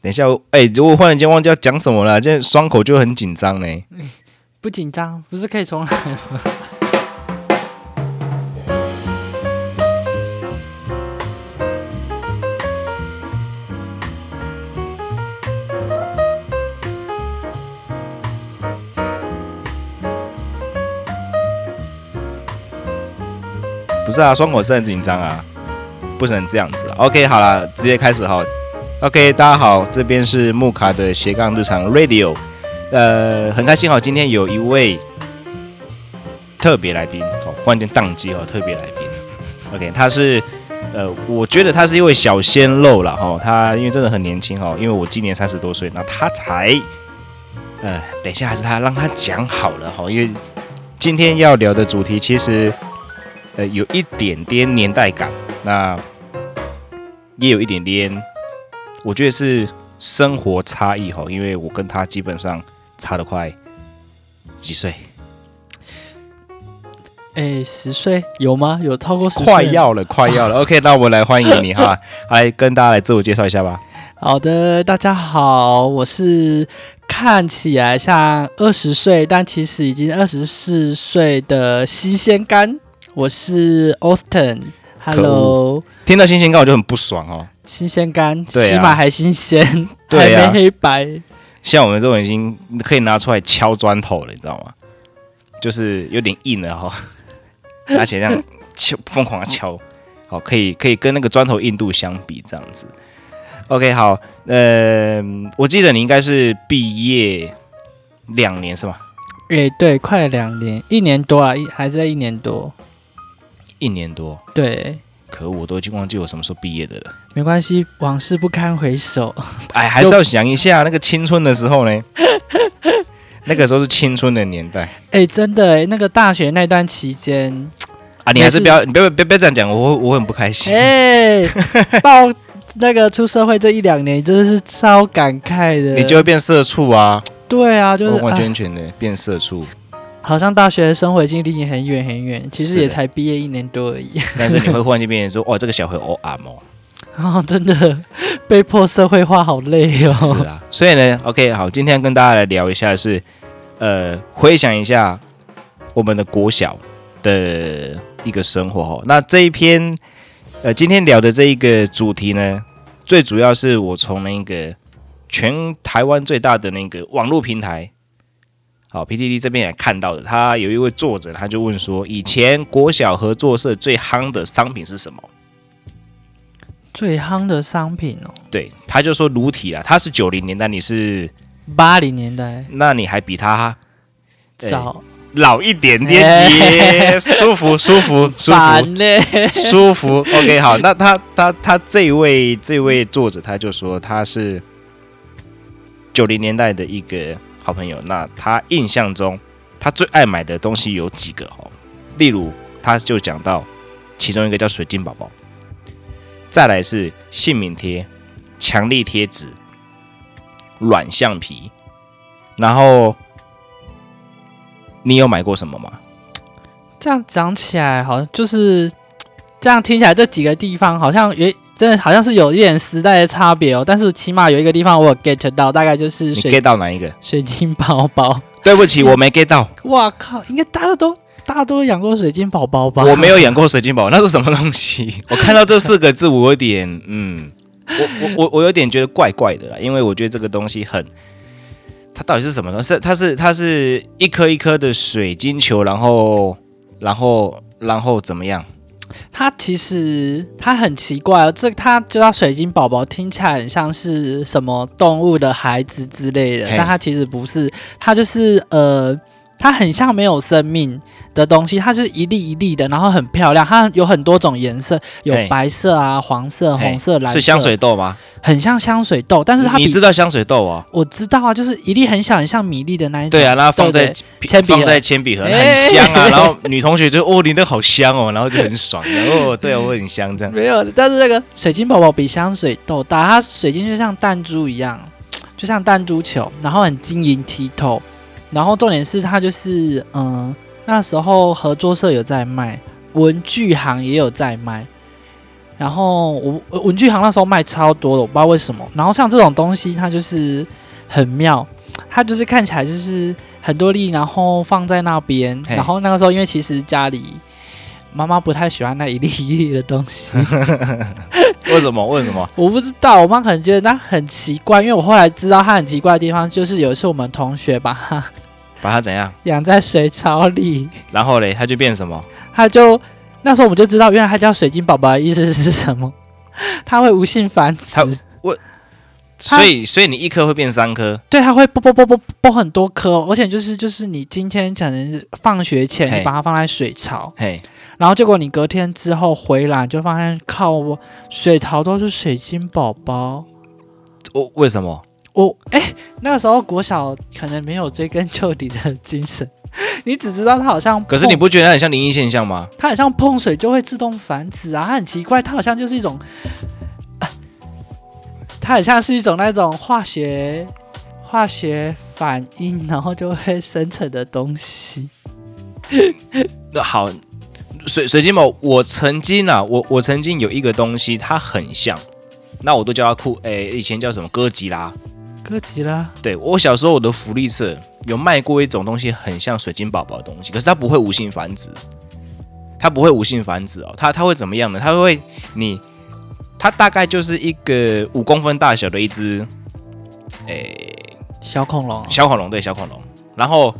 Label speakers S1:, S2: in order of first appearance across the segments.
S1: 等一下我，哎、如果忽然间忘记要讲什么了，现在双口就很紧张呢。
S2: 不紧张，不是可以重来吗？
S1: 不是啊，双口是很紧张啊，不能这样子啊。OK，好了，直接开始哈。OK，大家好，这边是木卡的斜杠日常 Radio，呃，很开心哈，今天有一位特别来宾，好、忽然间宕机哦，特别来宾。OK，他是呃，我觉得他是一位小鲜肉了哈，他因为真的很年轻哦哈，因为我今年三十多岁，那他才呃，等一下还是他让他讲好了哈，因为今天要聊的主题其实。呃，有一点点年代感，那也有一点点，我觉得是生活差异哈，因为我跟他基本上差了快几岁，
S2: 哎、十岁有吗？有超过十岁？
S1: 快。要 了，快要了。OK，那我们来欢迎你哈，来跟大家来自我介绍一下吧。
S2: 好的，大家好，我是看起来像二十岁，但其实已经二十四岁的新鲜干。我是 Austin。Hello，
S1: 听到新鲜感我就很不爽哦，
S2: 新鲜干，
S1: 对啊
S2: 起码还新鲜，
S1: 对啊
S2: 还没黑白。
S1: 像我们这种已经可以拿出来敲砖头了，你知道吗？就是有点硬了哈， 而且这样敲疯狂的敲，好，可以可以跟那个砖头硬度相比这样子。OK，好，呃，我记得你应该是毕业两年是吗？
S2: 哎、对，快了两年，一年多啊了，一还是在一年多。
S1: 一年多，
S2: 对，
S1: 可恶我都已经忘记我什么时候毕业的了。
S2: 没关系，往事不堪回首。
S1: 哎，还是要想一下那个青春的时候呢，那个时候是青春的年代。
S2: 哎、真的、哎，那个大学那段期间，
S1: 啊，你还是不要，你不要，不要不要这样讲，我会我会很不开心。
S2: 哎、到那个出社会这一两年，真的是超感慨的。
S1: 你就会变社畜啊，
S2: 对啊，呃就是
S1: 完完
S2: 啊
S1: 全全的变社畜。
S2: 好像大学生活已经离你很远很远，其
S1: 是
S2: 实
S1: 的
S2: 也才毕业一年多而已。
S1: 但是你会忽然间变成说，哇，这个小孩偶尔哦，
S2: 哦，真的被迫社会化，好累哦。
S1: 是啊。所以呢，OK，好，今天跟大家来聊一下是，呃，回想一下我们的国小的一个生活哦。那这一篇，呃，今天聊的这一个主题呢，最主要是我从那个全台湾最大的那个网络平台。好，PDD 这边也看到的，他有一位作者，他就问说，以前国小合作社最夯的商品是什么？
S2: 最夯的商品哦，
S1: 对，他就说裸体啊，他是九零年代，你是，
S2: 八零年代
S1: 那你还比他对
S2: 早
S1: 老一点点，
S2: 哎
S1: 耶，舒服舒服舒服
S2: 烦嘞。
S1: 舒服。OK，好，那他他他这一位这位作者他就说他是九零年代的一个好朋友，那他印象中他最爱买的东西有几个哦，例如他就讲到其中一个叫水晶宝宝，再来是姓名贴、强力贴纸、软橡皮，然后你有买过什么吗？
S2: 这样讲起来，好像就是这样听起来，这几个地方好像也真的好像是有一点时代的差别哦。但是起码有一个地方我有 get 到，大概就是
S1: 你
S2: 水
S1: get 到哪一个？
S2: 水晶宝宝。
S1: 对不起，我没 get 到，
S2: 哇靠，应该大家都大家都养过水晶宝宝吧？
S1: 我没有演过水晶宝，那 是什么东西？ 我看到这四个字，我有点嗯，我我我我有点觉得怪怪的啦，因为我觉得这个东西很，它到底是什么东西？是它是它是一颗一颗的水晶球，然后然后然后怎么样？
S2: 它其实它很奇怪哦，这它就叫水晶宝宝，听起来很像是什么动物的孩子之类的
S1: 嘿，
S2: 但它其实不是，它就是呃，它很像没有生命的东西，它就是一粒一粒的，然后很漂亮，它有很多种颜色，有
S1: 嘿
S2: 白色啊、黄色、
S1: 嘿
S2: 红色、蓝色，
S1: 是香水，豆吗？
S2: 很像香水豆，但是它
S1: 你
S2: 比
S1: 知道香水豆哦？
S2: 我知道啊，就是一粒很小，很像米粒的那一种，
S1: 对啊，那放在
S2: 对铅笔盒
S1: 放在铅笔盒
S2: 哎
S1: 很香 啊，然后女同学就哦，你的好香哦，然后就很爽，然后哦对啊，我很香这样。
S2: 没有，但是那个水晶宝宝比香水豆大，它水晶就像弹珠一样，就像弹珠球，然后很晶莹剔透。然后重点是它就是，嗯，那时候合作社有在卖，文具行也有在卖，然后我我文具行那时候卖超多的，我不知道为什么。然后像这种东西，它就是很妙，它就是看起来就是很多粒，然后放在那边。
S1: 嘿
S2: 然后那个时候，因为其实家里妈妈不太喜欢那一粒一粒的东西，
S1: 为什么？为什么？
S2: 我不知道，我妈可能觉得那很奇怪。因为我后来知道它很奇怪的地方，就是有一次我们同学把它
S1: 把它怎样？
S2: 养在水槽里，
S1: 然后嘞，它就变什么？
S2: 它就那时候我们就知道，原来它叫水晶宝宝的意思是什么， 它会无性繁殖。
S1: 它所以，所以你一颗会变三颗，
S2: 对，它会啵啵啵啵啵很多颗哦、而且就是就是你今天可能是放学前
S1: 嘿
S2: 你把它放在水槽，
S1: 嘿，
S2: 然后结果你隔天之后回来你就发现靠我水槽都是水晶宝宝。
S1: 我为什么？
S2: 我哎，那个时候国小可能没有追根究底的精神， 你只知道它好像碰，
S1: 可是你不觉得它很像灵异现象吗？
S2: 它很像碰水就会自动繁殖啊，它很奇怪，它好像就是一种，啊它很像是一种那种化学化学反应，然后就会生成的东西。
S1: 那好，水水晶宝，我曾经啊，我我曾经有一个东西，它很像，那我都叫它酷，诶、以前叫什么哥吉拉。
S2: 哥吉拉，
S1: 对我小时候，我的福利社有卖过一种东西，很像水晶宝宝的东西，可是它不会无性繁殖，它不会无性繁殖哦，它它会怎么样呢？它会你，它大概就是一个五公分大小的一只，诶、
S2: 小恐龙啊，
S1: 小恐龙，对，小恐龙。然后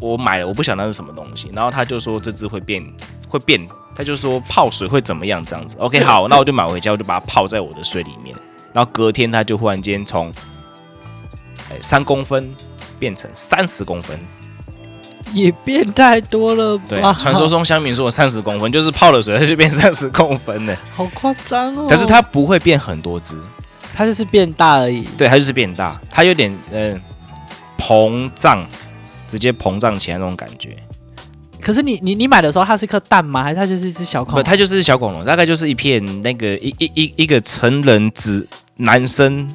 S1: 我买了，我不晓得那是什么东西，然后他就说这只会变，会变，他就说泡水会怎么样这样子。OK，好，那我就买回家，我就把它泡在我的水里面，然后隔天它就忽然间从哎三公分变成三十公分，
S2: 也变太多了
S1: 对
S2: 吧？，
S1: 传说中乡民说三十公分，就是泡了水它就变三十公分的，
S2: 好夸张哦。
S1: 可是它不会变很多只，
S2: 它就是变大而已。
S1: 对，它就是变大，它有点嗯、呃膨胀，直接膨胀起来那种感觉。
S2: 可是你你你买的时候它是颗蛋吗？还是它就是一只小恐
S1: 不，
S2: 龙？
S1: 它就是小恐龙，大概就是一片那个一一一一个成人指男生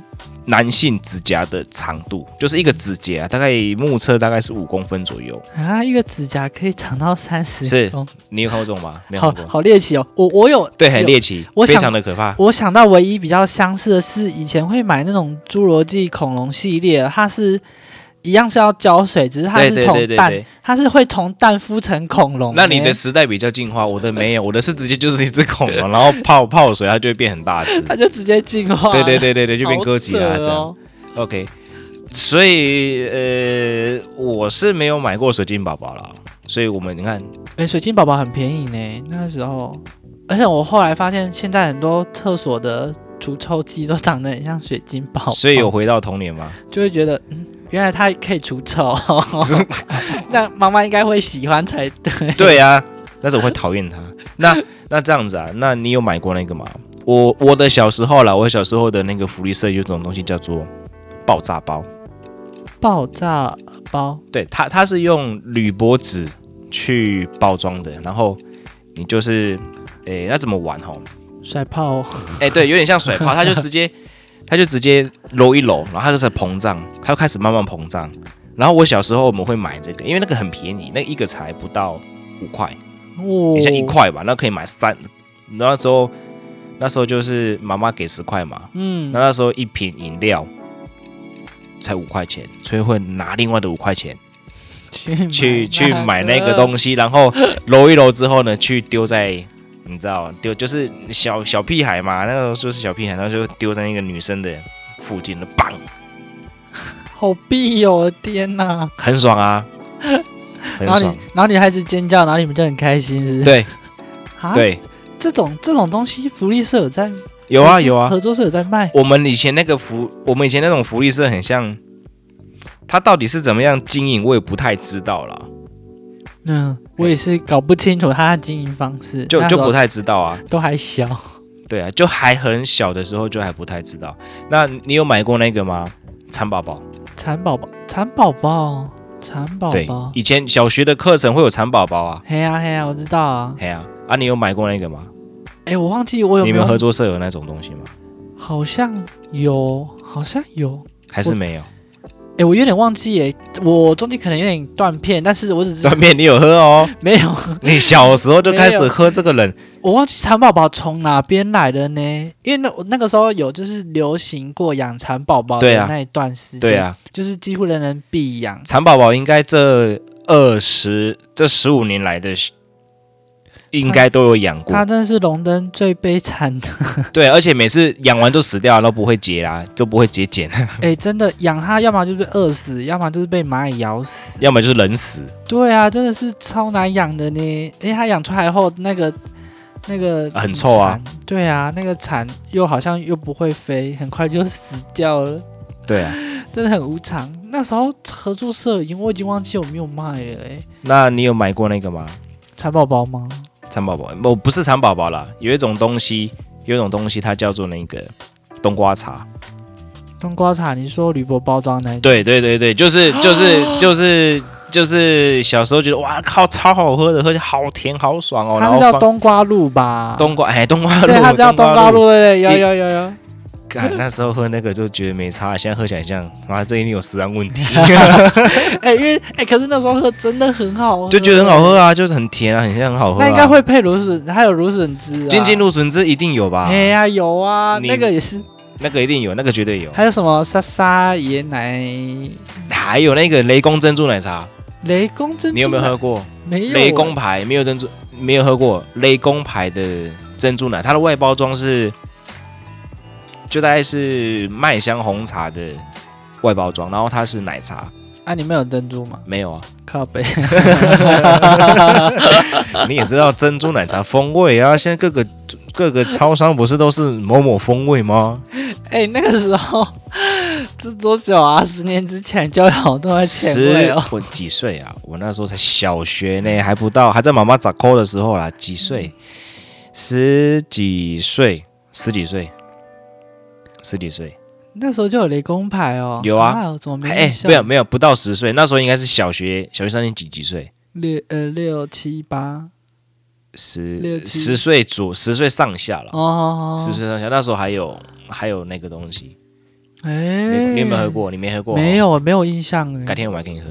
S1: 男性指甲的长度，就是一个指甲，大概目测大概是五公分左右。
S2: 啊，一个指甲可以长到三十，
S1: 是你有看过这种吗？没有
S2: 好
S1: 看过。
S2: 好猎奇哦。我我有
S1: 对，很
S2: 有
S1: 猎奇，
S2: 我
S1: 非
S2: 想
S1: 常的可怕。
S2: 我想到唯一比较相似的是，以前会买那种《侏罗纪恐龙》系列，它是一样是要浇水，只是它
S1: 对
S2: 是
S1: 对
S2: 从
S1: 对对
S2: 蛋，
S1: 对，
S2: 它是会从蛋孵成恐龙欸。
S1: 那你的时代比较进化，我的 没有，我的是直接就是一只恐龙，然后泡泡水，它就会变很大 只。
S2: 它就直接进化了，
S1: 对对对对对，就变
S2: 啊好
S1: 哥吉拉
S2: 扯
S1: 啊这样。
S2: 哦
S1: OK，所以呃，我是没有买过水晶宝宝啦，所以我们你看
S2: 哎、水晶宝宝很便宜呢，那时候，而且我后来发现，现在很多厕所的除臭剂都长得很像水晶宝宝，
S1: 所以有回到童年吗？
S2: 就会觉得，嗯，原来它可以除臭，那妈妈应该会喜欢才对。
S1: 对啊，但是我会讨厌它。那那这样子啊，那你有买过那个吗？我我的小时候啦，我小时候的那个福利社有一种东西叫做爆炸包，
S2: 爆炸包，
S1: 对它它是用铝箔纸去包装的，然后你就是诶、那怎么玩吼？
S2: 甩炮哦。
S1: 哎、对，有点像水泡，它就直接， 它就直接揉一揉，然后它就是膨胀，它就开始慢慢膨胀。然后我小时候我们会买这个，因为那个很便宜，那一个才不到五块，
S2: 哦
S1: 也 像一块吧，那可以买三。那时候那时候就是妈妈给十块嘛，
S2: 嗯
S1: 那，那时候一瓶饮料才五块钱，所以会拿另外的五块钱
S2: 去
S1: 去去嗯买那个
S2: 西，
S1: 东西，然后揉一揉之后呢，去丢在你知道丢就是小小屁孩嘛，那个时候就是小屁孩，然后就丢在那个女生的附近了，棒，
S2: 好必哦！天哪，
S1: 很爽啊，很
S2: 然后你
S1: 爽，
S2: 然后女孩子尖叫，然后你们就很开心，是不是？
S1: 对
S2: 啊，
S1: 对，
S2: 这种这种东西，福利社有在
S1: 有 啊
S2: 合作
S1: 有啊，
S2: 合作社有在卖，
S1: 我们以前那个福，我们以前那种福利社很像，它到底是怎么样经营，我也不太知道了，
S2: 嗯，我也是搞不清楚它的经营方式，
S1: 就
S2: 那时
S1: 就
S2: 候
S1: 不太知道啊，
S2: 都还小。
S1: 对啊，就还很小的时候就还不太知道。那你有买过那个吗？蚕宝宝。
S2: 蚕宝宝，蚕宝宝，蚕宝
S1: 对
S2: 宝，，
S1: 以前小学的课程会有蚕宝宝啊。
S2: 嘿呀嘿呀，我知道啊。
S1: 哎呀、啊，你有买过那个吗？
S2: 哎，我忘记我有
S1: 你
S2: 没
S1: 们合
S2: 有，
S1: 作社有那种东西吗？
S2: 好像有，好像有，
S1: 还是没有？
S2: 哎，我有点忘记耶，我中间可能有点断片，但是我只是
S1: 断片你有喝 哦，
S2: 没有，
S1: 你小时候就开始喝这个冷，
S2: 我忘记蚕宝宝从哪边来的呢？因为那我那个时候有就是流行过养蚕宝宝
S1: 对
S2: 的
S1: 啊
S2: 那一段时间，
S1: 对啊，
S2: 就是几乎人人必养。
S1: 蚕宝宝应该这二十这十五年来的，应该都有养过
S2: 它。真的是龙灯最悲惨的，
S1: 对，而且每次养完就死掉，都不会结啦，就不会结茧，
S2: 哎，真的养它，要么就是饿死，要么就是被蚂蚁咬死。
S1: 要么就是冷死。
S2: 对啊，真的是超难养的呢，因为它养出来后那个那个
S1: 很臭啊
S2: 蚕，对啊，那个蚕又好像又不会飞，很快就死掉了，
S1: 对啊，
S2: 真的很无常。那时候合作社已经我已经忘记有没有卖了、哎，
S1: 那你有买过那个吗？
S2: 蚕宝宝吗？
S1: 蚕宝宝，我不是蚕宝宝啦，有一种东西，有一种东西它叫做那个冬瓜茶。
S2: 冬瓜茶，你说铝箔包装那一种？
S1: 对对对对，就是就是就是就是小时候觉得哇靠，超好喝的，喝起来好甜好爽哦，然
S2: 它是
S1: 后
S2: 叫
S1: 放
S2: 冬瓜露吧？
S1: 冬瓜，哎，冬瓜露，
S2: 对，它叫冬瓜
S1: 露。
S2: 露，对对，有有有有。嗯
S1: 干那时候喝那个就觉得没差，现在喝起来像妈这一定有食安问 题，
S2: 哎、因为哎、可是那时候喝真的很好喝，
S1: 就觉得很好喝啊，就是很甜啊，很像很好喝、啊。
S2: 那应该会配芦笋，还有芦笋汁、啊。
S1: 金金芦笋汁一定有吧？
S2: 哎呀，有啊，
S1: 你
S2: 那个也是，
S1: 那个一定有，那个绝对有。
S2: 还有什么沙沙椰奶、
S1: 还有那个雷公珍珠奶茶，
S2: 雷公珍珠奶，
S1: 你有没有喝过？
S2: 没有欸
S1: 雷公牌没有珍珠，没有喝过雷公牌的珍珠奶，它的外包装是就大概是麦香红茶的外包装，然后它是奶茶，
S2: 啊？你们有珍珠吗？
S1: 没有啊？
S2: 靠 背，
S1: 你也知道珍珠奶茶风味啊，现在各个各个超商不是都是某某风味吗？
S2: 哎、那个时候这多久啊？十年之前就有那么前卫
S1: 十
S2: 哦。
S1: 我几岁啊？我那时候才小学呢，还不到，还在妈妈咋抠的时候啦，几岁？十几岁，十几岁，十几岁。
S2: 那时候就有雷公牌哦，
S1: 有啊
S2: 我怎么没
S1: 哎
S2: 印，象？
S1: 没有没有，不到十岁，那时候应该是小学小学三年级几岁？
S2: 六呃六七八六
S1: 十
S2: 七
S1: 十岁左十岁上下了，
S2: 哦，
S1: 十岁上下。那时候还有还有那个东西，
S2: 哎、
S1: 你你有没有喝？过？你没喝过？哦
S2: 没。有，没有印象哎。
S1: 改天我买给你喝，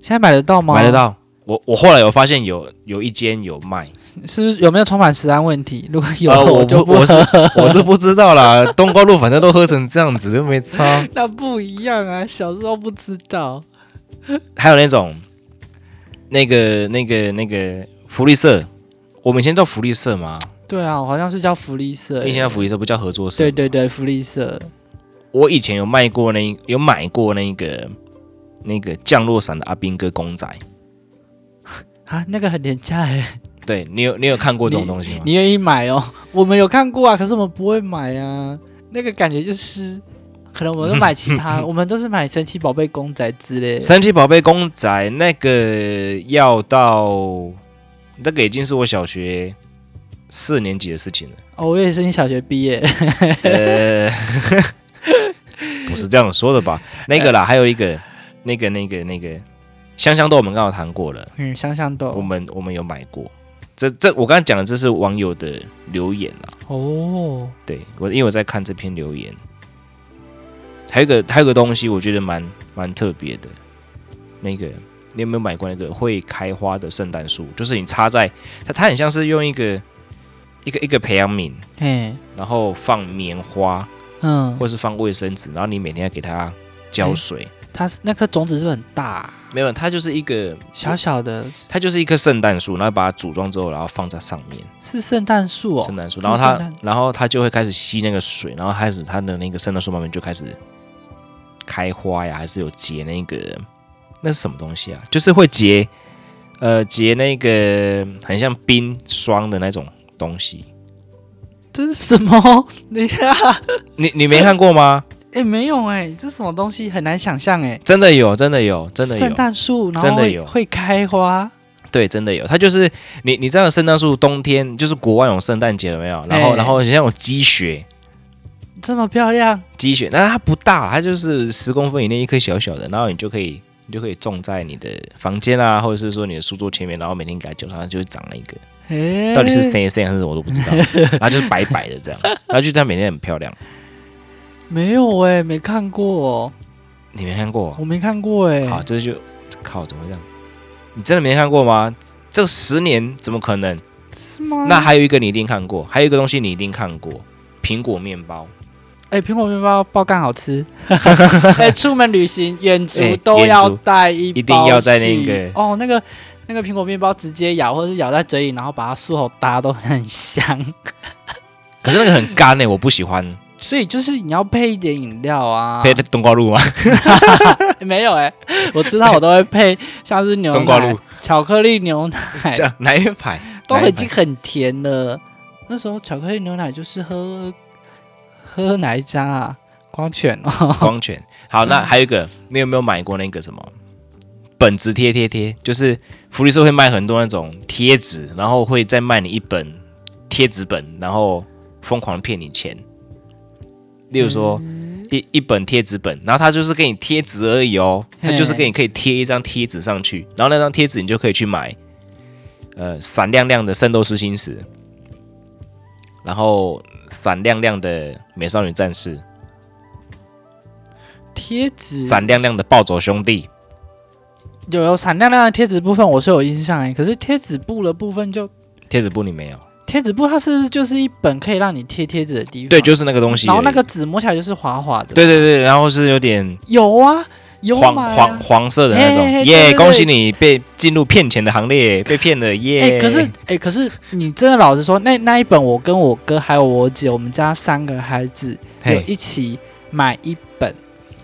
S2: 现在买得到吗？
S1: 买得，到。我我后来有发现有有一间有卖，
S2: 是不是有没有充满食安问题？如果有，
S1: 呃我
S2: 就
S1: 不我是我是不知道啦。 东瓜露反正都喝成这样子，就没差。
S2: 那不一样啊，小时候不知道。
S1: 还有那种那个那个那个福利社，我们以前叫福利社吗？
S2: 对啊，我好像是叫福利社
S1: 以前叫福利社，不叫合作社。
S2: 对对对，福利社。
S1: 我以前有卖过那有买过那个那个降落伞的阿兵哥公仔，
S2: 啊，那个很廉价哎、
S1: 对你有你有看过这种东西吗？
S2: 你愿意买哦？我们有看过啊，可是我们不会买啊。那个感觉就是，可能我们都买 其他，我们都是买神奇宝贝公仔之类的。
S1: 神奇宝贝公仔那个要到那个已经是我小学四年级的事情了，
S2: 哦，我也是你小学 毕业，
S1: 呃， 不是这样说的吧？那个啦，还有一个那个那个那个香香豆，我们刚好谈过了，
S2: 嗯，想想
S1: 我
S2: 都
S1: 们我们有买过。这这我刚才讲的，这是网友的留言啊啦。
S2: 哦，
S1: 对我，因为我在看这篇留言，还有一个还有一个东西，我觉得蛮蛮特别的。那个，你有没有买过那个会开花的圣诞树？就是你插在它，它很像是用一个一个一个培养皿，
S2: 嘿，
S1: 然后放棉花
S2: 嗯，
S1: 或是放卫生纸，然后你每天要给它浇水。
S2: 它是那颗种子是不是很大啊、
S1: 没有，它就是一个
S2: 小小的，
S1: 它就是一棵圣诞树，然后把它组装之后，然后放在上面。
S2: 是圣诞树
S1: 圣
S2: 哦。
S1: 诞树，
S2: 是
S1: 然后
S2: 圣
S1: 它
S2: 诞，
S1: 然后它就会开始吸那个水，然后开始它的那个圣诞树慢慢就开始开花呀，还是有结那个那是什么东西啊？就是会结呃结那个很像冰霜的那种东西，
S2: 这是什么？ 等一下，
S1: 你你没看过吗？
S2: 哎、没有哎、这是什么东西？很难想象哎、
S1: 真的有，真的有，真的
S2: 圣
S1: 有，
S2: 诞树，然
S1: 真
S2: 后
S1: 的
S2: 会
S1: 有
S2: 会开花，
S1: 对，真的有。它就是你你知道圣诞树冬天就是国外有圣诞节有没有？然后
S2: 哎
S1: 然后像有积雪。
S2: 这么漂亮。
S1: 积雪，但它不大，它就是十公分以内一颗小小的，然后你就可以你就可以种在你的房间啊，或者是说你的书桌前面，然后每天给它浇上，它就会长了一个。
S2: 哎、
S1: 到底是谁谁还是什么我都不知道，然后就是白白的这样，然后就它每天很漂亮。
S2: 没有哎、没看过、哦。
S1: 你没看过
S2: 我？没看过哎、
S1: 好，这就靠，怎么会这样？你真的没看过吗？这十年怎么可能？
S2: 是吗？
S1: 那还有一个你一定看过，还有一个东西你一定看过，苹果面包。
S2: 哎，苹果面包爆干好 吃。哎，出门旅行远足
S1: 哎
S2: 都
S1: 远
S2: 要
S1: 足
S2: 带一包，
S1: 一定要带那个
S2: 哦，那个那个苹果面包直接咬，或者是咬在嘴里，然后把它漱口搭都很香。
S1: 可是那个很干欸呢、我不喜欢。
S2: 所以就是你要配一点饮料啊，
S1: 配冬瓜露吗？
S2: 没有哎、我知道我都会配，像是牛
S1: 冬瓜
S2: 奶
S1: 露、
S2: 巧克力牛奶
S1: 这，样哪一排？
S2: 哎都
S1: 哪一
S2: 已
S1: 排
S2: 经很甜了。那时候巧克力牛奶就是喝喝哪一家啊？光泉哦，
S1: 光泉。好，那还有一个，你有没有买过那个什么本子贴贴贴？就是福利社会卖很多那种贴纸，然后会再卖你一本贴纸本，然后疯狂骗你钱。例如说、一一本贴纸本，然后它就是给你贴纸而已哦，它就是给你可以贴一张贴纸上去，然后那张贴纸你就可以去买，呃，闪亮亮的圣斗士星矢，然后闪亮亮的美少女战士，
S2: 贴纸
S1: 闪亮亮的暴走兄弟，
S2: 有有闪亮亮的贴纸部分，我是有印象哎。可是贴纸布的部分就，
S1: 贴纸布你没有？
S2: 贴纸布它是不是就是一本可以让你贴贴纸的地方？
S1: 对，就是那个东西。
S2: 然后那个，纸摸起来就是滑滑的。，
S1: 对对对，然后是有点
S2: 有啊，有
S1: 黄
S2: 买啊
S1: 黄黄色的那
S2: 嘿嘿
S1: 种，
S2: 嘿对对
S1: 耶！
S2: 对
S1: 恭喜你被进入骗钱的行列， 被骗了
S2: 哎、
S1: 耶！
S2: 可是哎、可是你真的老实说，那那一本我跟我哥还有我姐，我们家三个孩子有
S1: 嘿，
S2: 一起买一本，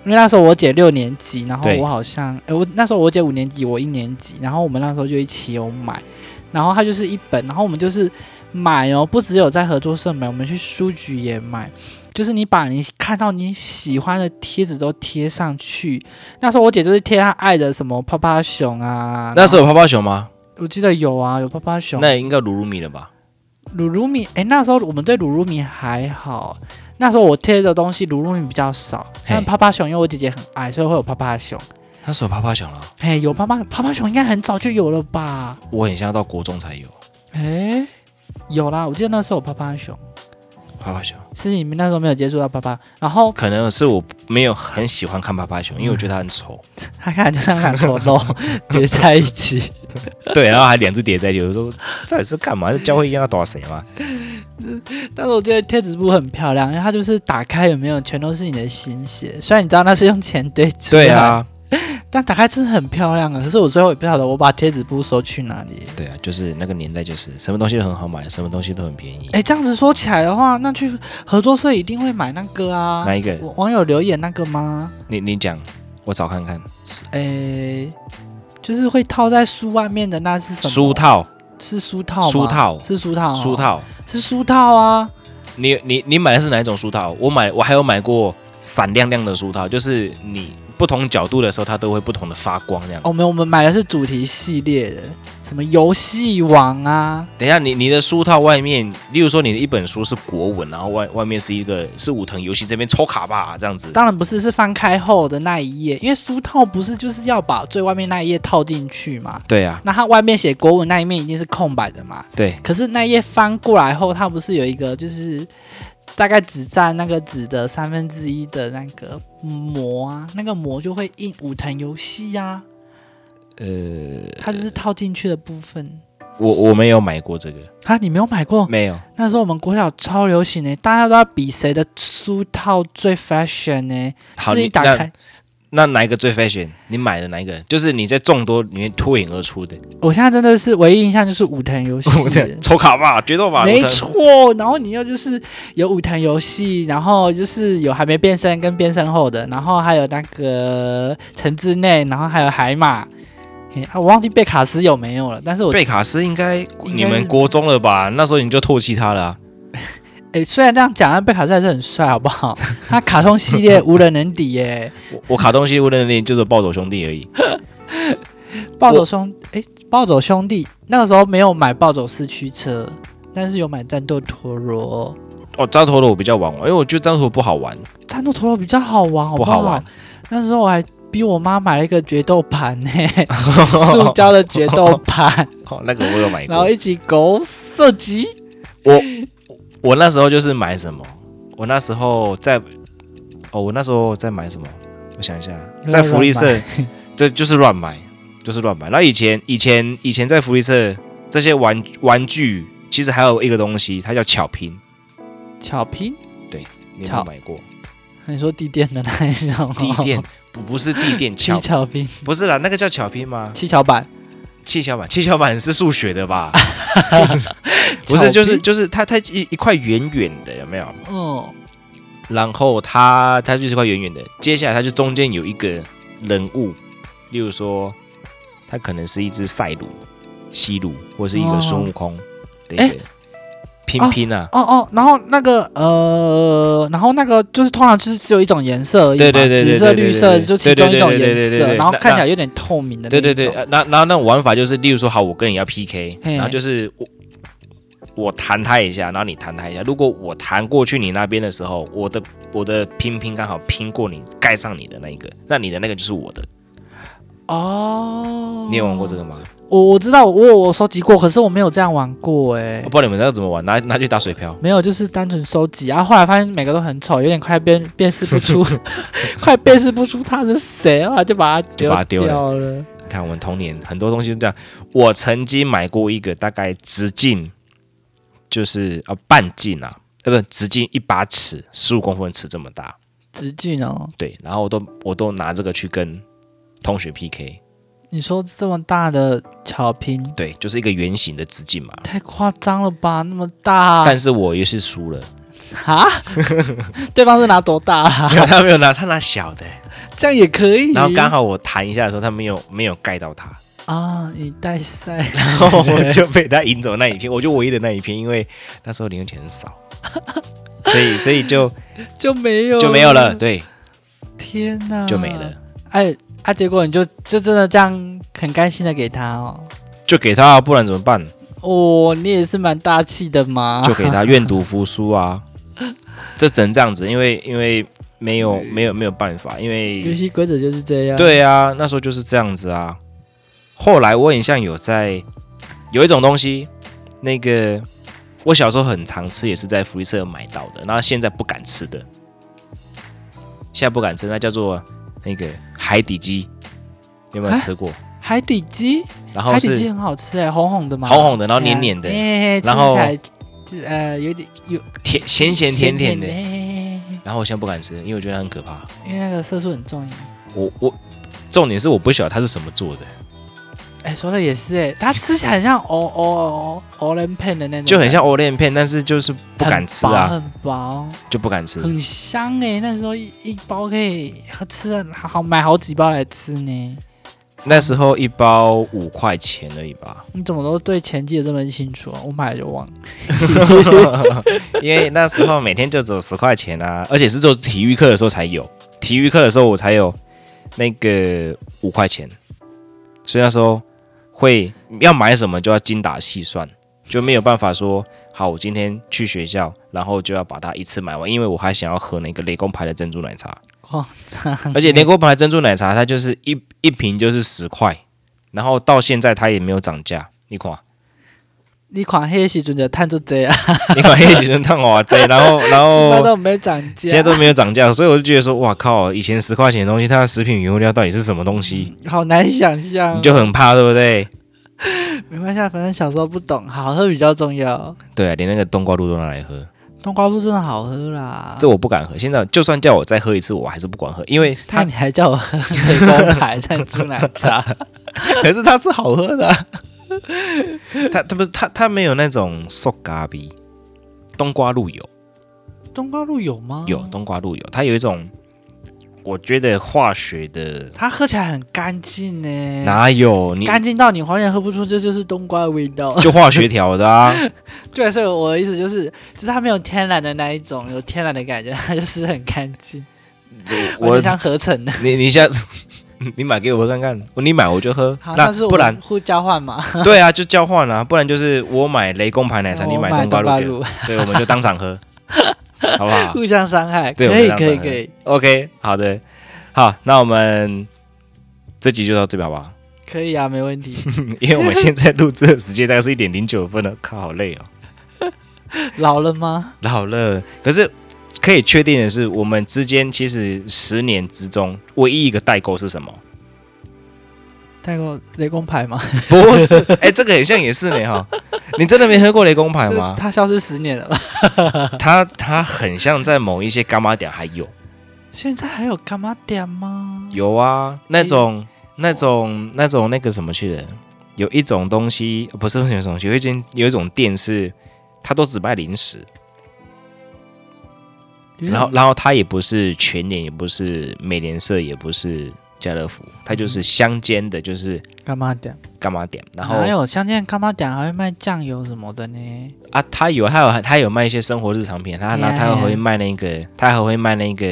S2: 因为那时候我姐六年级，然后
S1: 对
S2: 我好像哎、我那时候我姐五年级，我一年级，然后我们那时候就一起有买，然后它就是一本，然后我们就是买哦，不只有在合作社买，我们去书局也买。就是你把你看到你喜欢的贴纸都贴上去。那时候我姐就是贴她爱的什么泡泡熊啊，
S1: 那时候有泡泡熊吗？
S2: 我记得有啊，有泡泡熊。
S1: 那应该鲁鲁米了吧？
S2: 鲁鲁米，哎、那时候我们对鲁鲁米还好，那时候我贴的东西鲁鲁米比较少，但
S1: 嘿
S2: 趴趴熊因为我姐姐很矮，所以会有趴趴熊。
S1: 那时候有泡泡熊了，
S2: 嘿，有趴趴趴趴熊应该很早就有了吧？
S1: 我很像到国中才有
S2: 哎、有啦，我记得那时候有趴趴熊，
S1: 泡泡熊，
S2: 其实你们那时候没有接触到趴趴，然后
S1: 可能是我没有很喜欢看泡泡熊，因为我觉得它很 丑。
S2: 他看起来就像两坨肉叠在 一起，
S1: 对，然后还两只叠在一起，我说这底是干嘛？这教会一定要打谁吗？
S2: 但是我觉得贴纸布很漂亮，因为它就是打开有没有全都是你的心血，虽然你知道那是用钱堆出
S1: 对
S2: 来
S1: 啊，
S2: 但打开真的很漂亮啊！可是我最后也不晓得我把贴纸布收去哪里。
S1: 对啊，就是那个年代，就是什么东西都很好买，什么东西都很便宜。
S2: 哎，这样子说起来的话，那去合作社一定会买那个啊
S1: 哪。一个？
S2: 我网友留言那个吗？
S1: 你你讲，我找看看。
S2: 哎，就是会套在书外面的那是什么？
S1: 书套，
S2: 是书套吗？
S1: 书套
S2: 是书套哦、
S1: 书套。
S2: 是书套啊！
S1: 你你你买的是哪一种书套？我买我还有买过反亮亮的书套，就是你不同角度的时候，它都会不同的发光那样。
S2: 哦，没有，我们买的是主题系列的，什么游戏王啊，
S1: 等一下，你你的书套外面，例如说你的一本书是国文，然后外外面是一个是武藤游戏这边抽卡吧这样子。
S2: 当然不是，是翻开后的那一页，因为书套不是就是要把最外面那一页套进去嘛。
S1: 对啊，
S2: 那它外面写国文那一面一定是空白的嘛？
S1: 对
S2: 可是那一页翻过来后，它不是有一个就是大概只占那个纸的三分之一的那个膜啊，那个膜就会印五藤游戏呀、
S1: 呃，
S2: 它就是套进去的部分。
S1: 我我没有买过这个，
S2: 啊，你没有买过？
S1: 没有。
S2: 那时候我们国小超流行的、欸大家都要比谁的书套最 fashion 呢、
S1: 好，
S2: 是一
S1: 你
S2: 打
S1: 那
S2: 开，
S1: 那哪一个最 fashion？你买的哪一个？就是你在众多里面脱颖而出的。
S2: 我现在真的是唯一印象就是武藤
S1: 。
S2: 游戏
S1: 我这样抽卡吧，决斗吧，
S2: 没
S1: 武藤
S2: 错，然后你又就是有舞台游戏，然后就是有还没变身跟变身后的，然后还有那个城之内，然后还有海马。诶啊，我忘记贝卡斯有没有了，但是我
S1: 贝卡斯应该
S2: 应
S1: 你
S2: 该
S1: 们
S2: 是
S1: 国中了吧？那时候你就唾弃他了啊、
S2: 诶，虽然这样讲，但贝卡斯还是很帅，好不好？ 他卡通系列无人能敌耶，
S1: 我 我卡东西无能力就是暴走兄弟而已。
S2: 暴走兄诶，暴走兄弟那个时候没有买暴走四驱车，但是有买战斗陀螺，
S1: 哦，张陀螺我比较晚玩，因为我觉得张陀螺不好玩，
S2: 战斗陀螺比较好玩，好
S1: 不
S2: 好
S1: 好玩。
S2: 那时候我还逼我妈买了一个决斗盘呢、塑胶的决斗盘，
S1: 哦，那个我有买
S2: 然后
S1: 过。
S2: 一起狗射击。
S1: 我那时候就是买什么？我那时候在，哦，我那时候在买什么？我想一下，在福利 社，这就是乱买，就是乱买。那以前以前以前在福利社这些玩玩具，其实还有一个东西，它叫巧拼，
S2: 巧拼，
S1: 你有没有
S2: 巧
S1: 买过？
S2: 你说地垫的那一种吗？
S1: 地垫不不是地垫
S2: 七
S1: 巧，
S2: 巧拼，
S1: 不是啦，那个叫巧拼吗？
S2: 七巧板，
S1: 七巧板，七巧板是数学的 吧？不是，就是就是它它一一块圆圆的，有没有？
S2: 哦，
S1: 然后它它就是一块圆圆的，接下来它就中间有一个人物，例如说，它可能是一只赛鲁、西鲁，或是一个
S2: 哦
S1: 孙悟空的一个拼拼啊，
S2: 哦哦，然后那个呃，然后那个就是通常就是只有一种颜色而已嘛，
S1: 对对对对
S2: 紫色、
S1: 对对
S2: 绿色
S1: 对对
S2: 就其中一种颜
S1: 对对对对对
S2: 色，
S1: 对
S2: 然后
S1: 那
S2: 看起来有点透明的那
S1: 对
S2: 一种。
S1: 对对，呃那然后那种玩法就是，例如说，好，我跟你要 PK，
S2: 嘿
S1: 然后就是我我弹他一下，然后你弹他一下，如果我弹过去你那边的时候，我的我的拼拼刚好拼过你，盖上你的那一个，那你的那个就是我的。
S2: 哦，
S1: 你有玩过这个吗？
S2: 我我知道，我有我收集过，可是我没有这样玩过哎、
S1: 我不知道你们那个怎么玩，拿拿去打水漂。
S2: 没有，就是单纯收集，啊然、后后来发现每个都很丑，有点快辨辨识不 出，快辨识不出他是谁啊，就把它
S1: 就把它丢了
S2: 掉了。
S1: 你看我们童年很多东西都这样。我曾经买过一个大概直径就是啊半径啊，呃不直径一把尺，十五公分尺这么大，
S2: 直径哦，
S1: 对。然后我都我都拿这个去跟同学 PK，
S2: 你说这么大的巧拼，
S1: 对，就是一个圆形的直径嘛。
S2: 太夸张了吧？那么大，
S1: 但是我也是输了，
S2: 哈，对方是拿多大啊？
S1: 没有他没有拿，他拿小的，
S2: 这样也可以。
S1: 然后刚好我弹一下的时候，他没有没有盖到他，
S2: 啊，你带赛，
S1: 然后我就被他赢走那一片，我就唯一的那一片，因为那时候零用钱很少，所以所以 就
S2: 就没有
S1: 就没有了，。对，
S2: 天哪，
S1: 就没了。。
S2: 哎啊，结果你就就真的这样很甘心的给他哦。
S1: 就给他，不然怎么办？
S2: 哦，你也是蛮大气的嘛。
S1: 就给他愿赌服输啊！这只能这样子，因为因为没有没有没有办法，因
S2: 游
S1: 为
S2: 戏规则就是这样。，
S1: 对啊，那时候就是这样子啊。后来我很像有在有一种东西，那个我小时候很常吃，也是在福利社有买到的，那现在不敢吃的，现在不敢吃，那叫做那个海底鸡，你有没有
S2: 啊
S1: 吃过？
S2: 海底鸡，
S1: 然后
S2: 海底鸡
S1: 是
S2: 很好吃哎，红红的嘛，
S1: 红红的然后黏黏的
S2: 哎嘿嘿嘿
S1: 然后
S2: 吃起来呃有点有
S1: 甜咸咸甜甜的，
S2: 嘿嘿嘿
S1: 然后我现在不敢吃，因为我觉得它很可怕。
S2: 因为那个色素很重要。
S1: 我我重点是我不晓得它是什么做的，
S2: 哎，说的也是哎，它吃起来很像哦哦哦 o r a n pan 的那种，
S1: 就很像欧链片，但是就是不敢吃啊，
S2: 很薄，
S1: 就不敢吃
S2: 很薄，。很香哎。那时候一一包可以吃了好买好几包来吃呢。，
S1: 那时候一包五块钱而已吧
S2: 你怎么都对钱记得这么清楚啊？我买了就忘了。
S1: 因为那时候每天就只有十块钱啊，而且是做体育课的时候才有，体育课的时候我才有那个五块钱，所以那时候会要买什么就要精打细算，就没有办法说好我今天去学校，然后就要把它一次买完，因为我还想要喝那个雷公牌的珍珠奶茶。
S2: 夸张，
S1: 而且连锅牌珍珠奶茶，它就是一一瓶就是十块，然后到现在它也没有涨价。你看，
S2: 你款黑时阵就探出这样，
S1: 你看黑喜人烫哇塞，然后然
S2: 起码
S1: 后
S2: 都没涨价。
S1: 现在都没有涨价，所以我就觉得说，哇靠，以前十块钱的东西，它的食品原物料到底是什么东西，
S2: 好难想象
S1: 你，就很怕，对不对？
S2: 没关系啊，反正小时候不懂，好喝比较重要。
S1: 对啊，连那个冬瓜露都拿来喝，
S2: 冬瓜露真的好喝啦，
S1: 这我不敢喝。现在就算叫我再喝一次，我还是不管喝，因为
S2: 那
S1: 它
S2: 你还叫我喝美工牌珍珠奶茶？
S1: 可是它是好喝的啊、它它不是它它没有那种瘦咖喱，冬瓜露有。
S2: 冬瓜露有吗？
S1: 有，冬瓜露有，它有一种我觉得化学的
S2: 它喝起来很干净呢，
S1: 哪有你
S2: 哎干净到你完全喝不出这就是冬瓜的味道。
S1: 就化学调的啊，
S2: 对，所以我的意思就是，就是它没有天然的那一种有天然的感觉，它就是很干净，
S1: 就
S2: 我
S1: 我
S2: 像合成的。
S1: 你你下次 你买给我喝看看，你买我就喝
S2: 好，，
S1: 那
S2: 但是我
S1: 不
S2: 们
S1: 然
S2: 互交换嘛，
S1: 对啊就交换啊，不然就是我买雷公牌奶茶，你
S2: 我
S1: 冬瓜露给我，
S2: 露，
S1: 对，我们就当场喝，好不好
S2: 互相伤害，
S1: 啊对
S2: 可以
S1: 我们
S2: 可
S1: 这
S2: 以
S1: 样
S2: 可以
S1: ？OK，好的，好，那我们这集就到这边好不好？
S2: 可以啊，没问题。
S1: 因为我们现在录制的时间大概是一点 零九分了，靠，好累哦。
S2: 老了吗？
S1: 老了，可是可以确定的是，我们之间其实十年之中唯一一个代沟是什么？
S2: 带过雷公牌吗？
S1: 不是，哎、这个很像也是呢哈。你真的没喝过雷公牌 吗？
S2: 他消失十年了吧？
S1: 它它很像在某一些干妈点还有
S2: 现在还有干嘛点吗？
S1: 有啊，那种那种那种那个什么去的，有一种东西呃不是什么东西，有一间有一种店是它都只卖零食，
S2: 有一
S1: 然后
S2: 种
S1: 然后它也不是全联，也不是美联社，也不是家乐福，它就是乡间的，就是
S2: 干嘛点？
S1: 干妈点，然后
S2: 还有相见干嘛点还会卖酱油什么的呢？
S1: 啊，他有，他有，他有卖一些生活日常品，他
S2: 哎呀
S1: 然后他还
S2: 哎
S1: 会
S2: 呀
S1: 卖那个，他还会卖那个，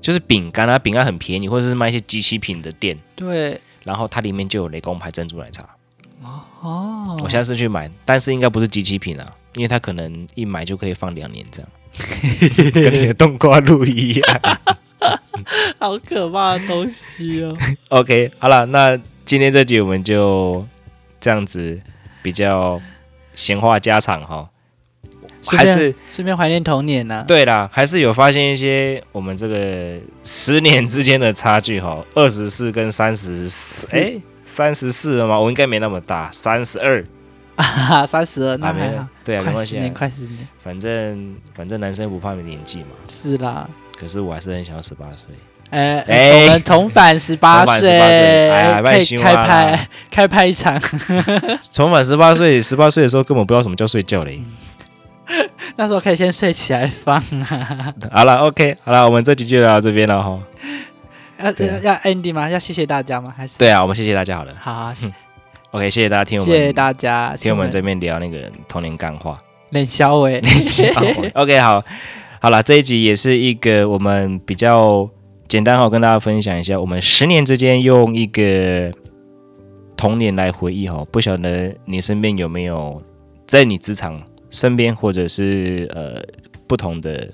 S1: 就是饼干啊，饼干很便宜，或者是卖一些机器品的店，
S2: 对，
S1: 然后它里面就有雷公牌珍珠奶茶。
S2: 哦，
S1: 我下次去买，但是应该不是机器品啊，因为它可能一买就可以放两年这样，跟你的冬瓜露一样。
S2: 好可怕的东西哦！
S1: OK，好了，那今天这集我们就这样子，比较闲话家常哈，
S2: 顺
S1: 还
S2: 便
S1: 是
S2: 顺便怀念童年呢、啊。
S1: 对啦，还是有发现一些我们这个十年之间的差距哈，二十四跟三十四，哎，三十四了吗？我应该没那么大，三十二
S2: 啊， 三十二那
S1: 啊，没
S2: 还好
S1: 有，，对啊，没
S2: 快
S1: 关
S2: 十
S1: 系
S2: 年，
S1: 啊，
S2: 快十年，
S1: 反正反正男生不怕没年纪嘛。
S2: 是 啦。
S1: 可是我还是很想要十八岁，
S2: 哎、
S1: 哎
S2: 我们重返十八
S1: 重返
S2: 岁，
S1: 18岁哎呀
S2: 可
S1: 卖
S2: 以
S1: 新
S2: 开
S1: 蛙啦
S2: 拍，开拍一场。
S1: 重返十八岁，十八岁的时候根本不知道什么叫睡觉嘞。
S2: 那时候可以先睡起来放
S1: 好了，OK，好了，我们这集就聊到这边了哈。
S2: 要
S1: 对啊
S2: 要要 ending 吗？要谢谢大家吗？还是
S1: 对啊，我们谢谢大家好了
S2: 好啊，谢
S1: ，OK，谢谢大家听我们
S2: 谢大家，
S1: 听我们这边聊那个童年干话。
S2: 冷小伟，
S1: OK，好，好了，这一集也是一个我们比较简单哈，跟大家分享一下，我们十年之间用一个童年来回忆哈，不晓得你身边有没有在你职场身边或者是呃不同的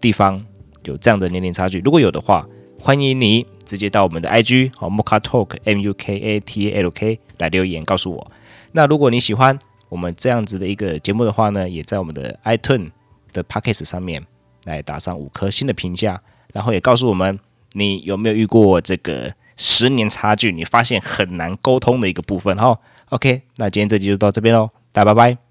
S1: 地方有这样的年龄差距，如果有的话，欢迎你直接到我们的 IG 好 Muka Talk M U K A T A L K 来留言告诉我。那如果你喜欢我们这样子的一个节目的话呢，也在我们的 iTune 的 p a c k a g e 上面来打上五颗星的评价，然后也告诉我们你有没有遇过这个十年差距，你发现很难沟通的一个部分哈。OK，那今天这集就到这边喽，大家拜拜。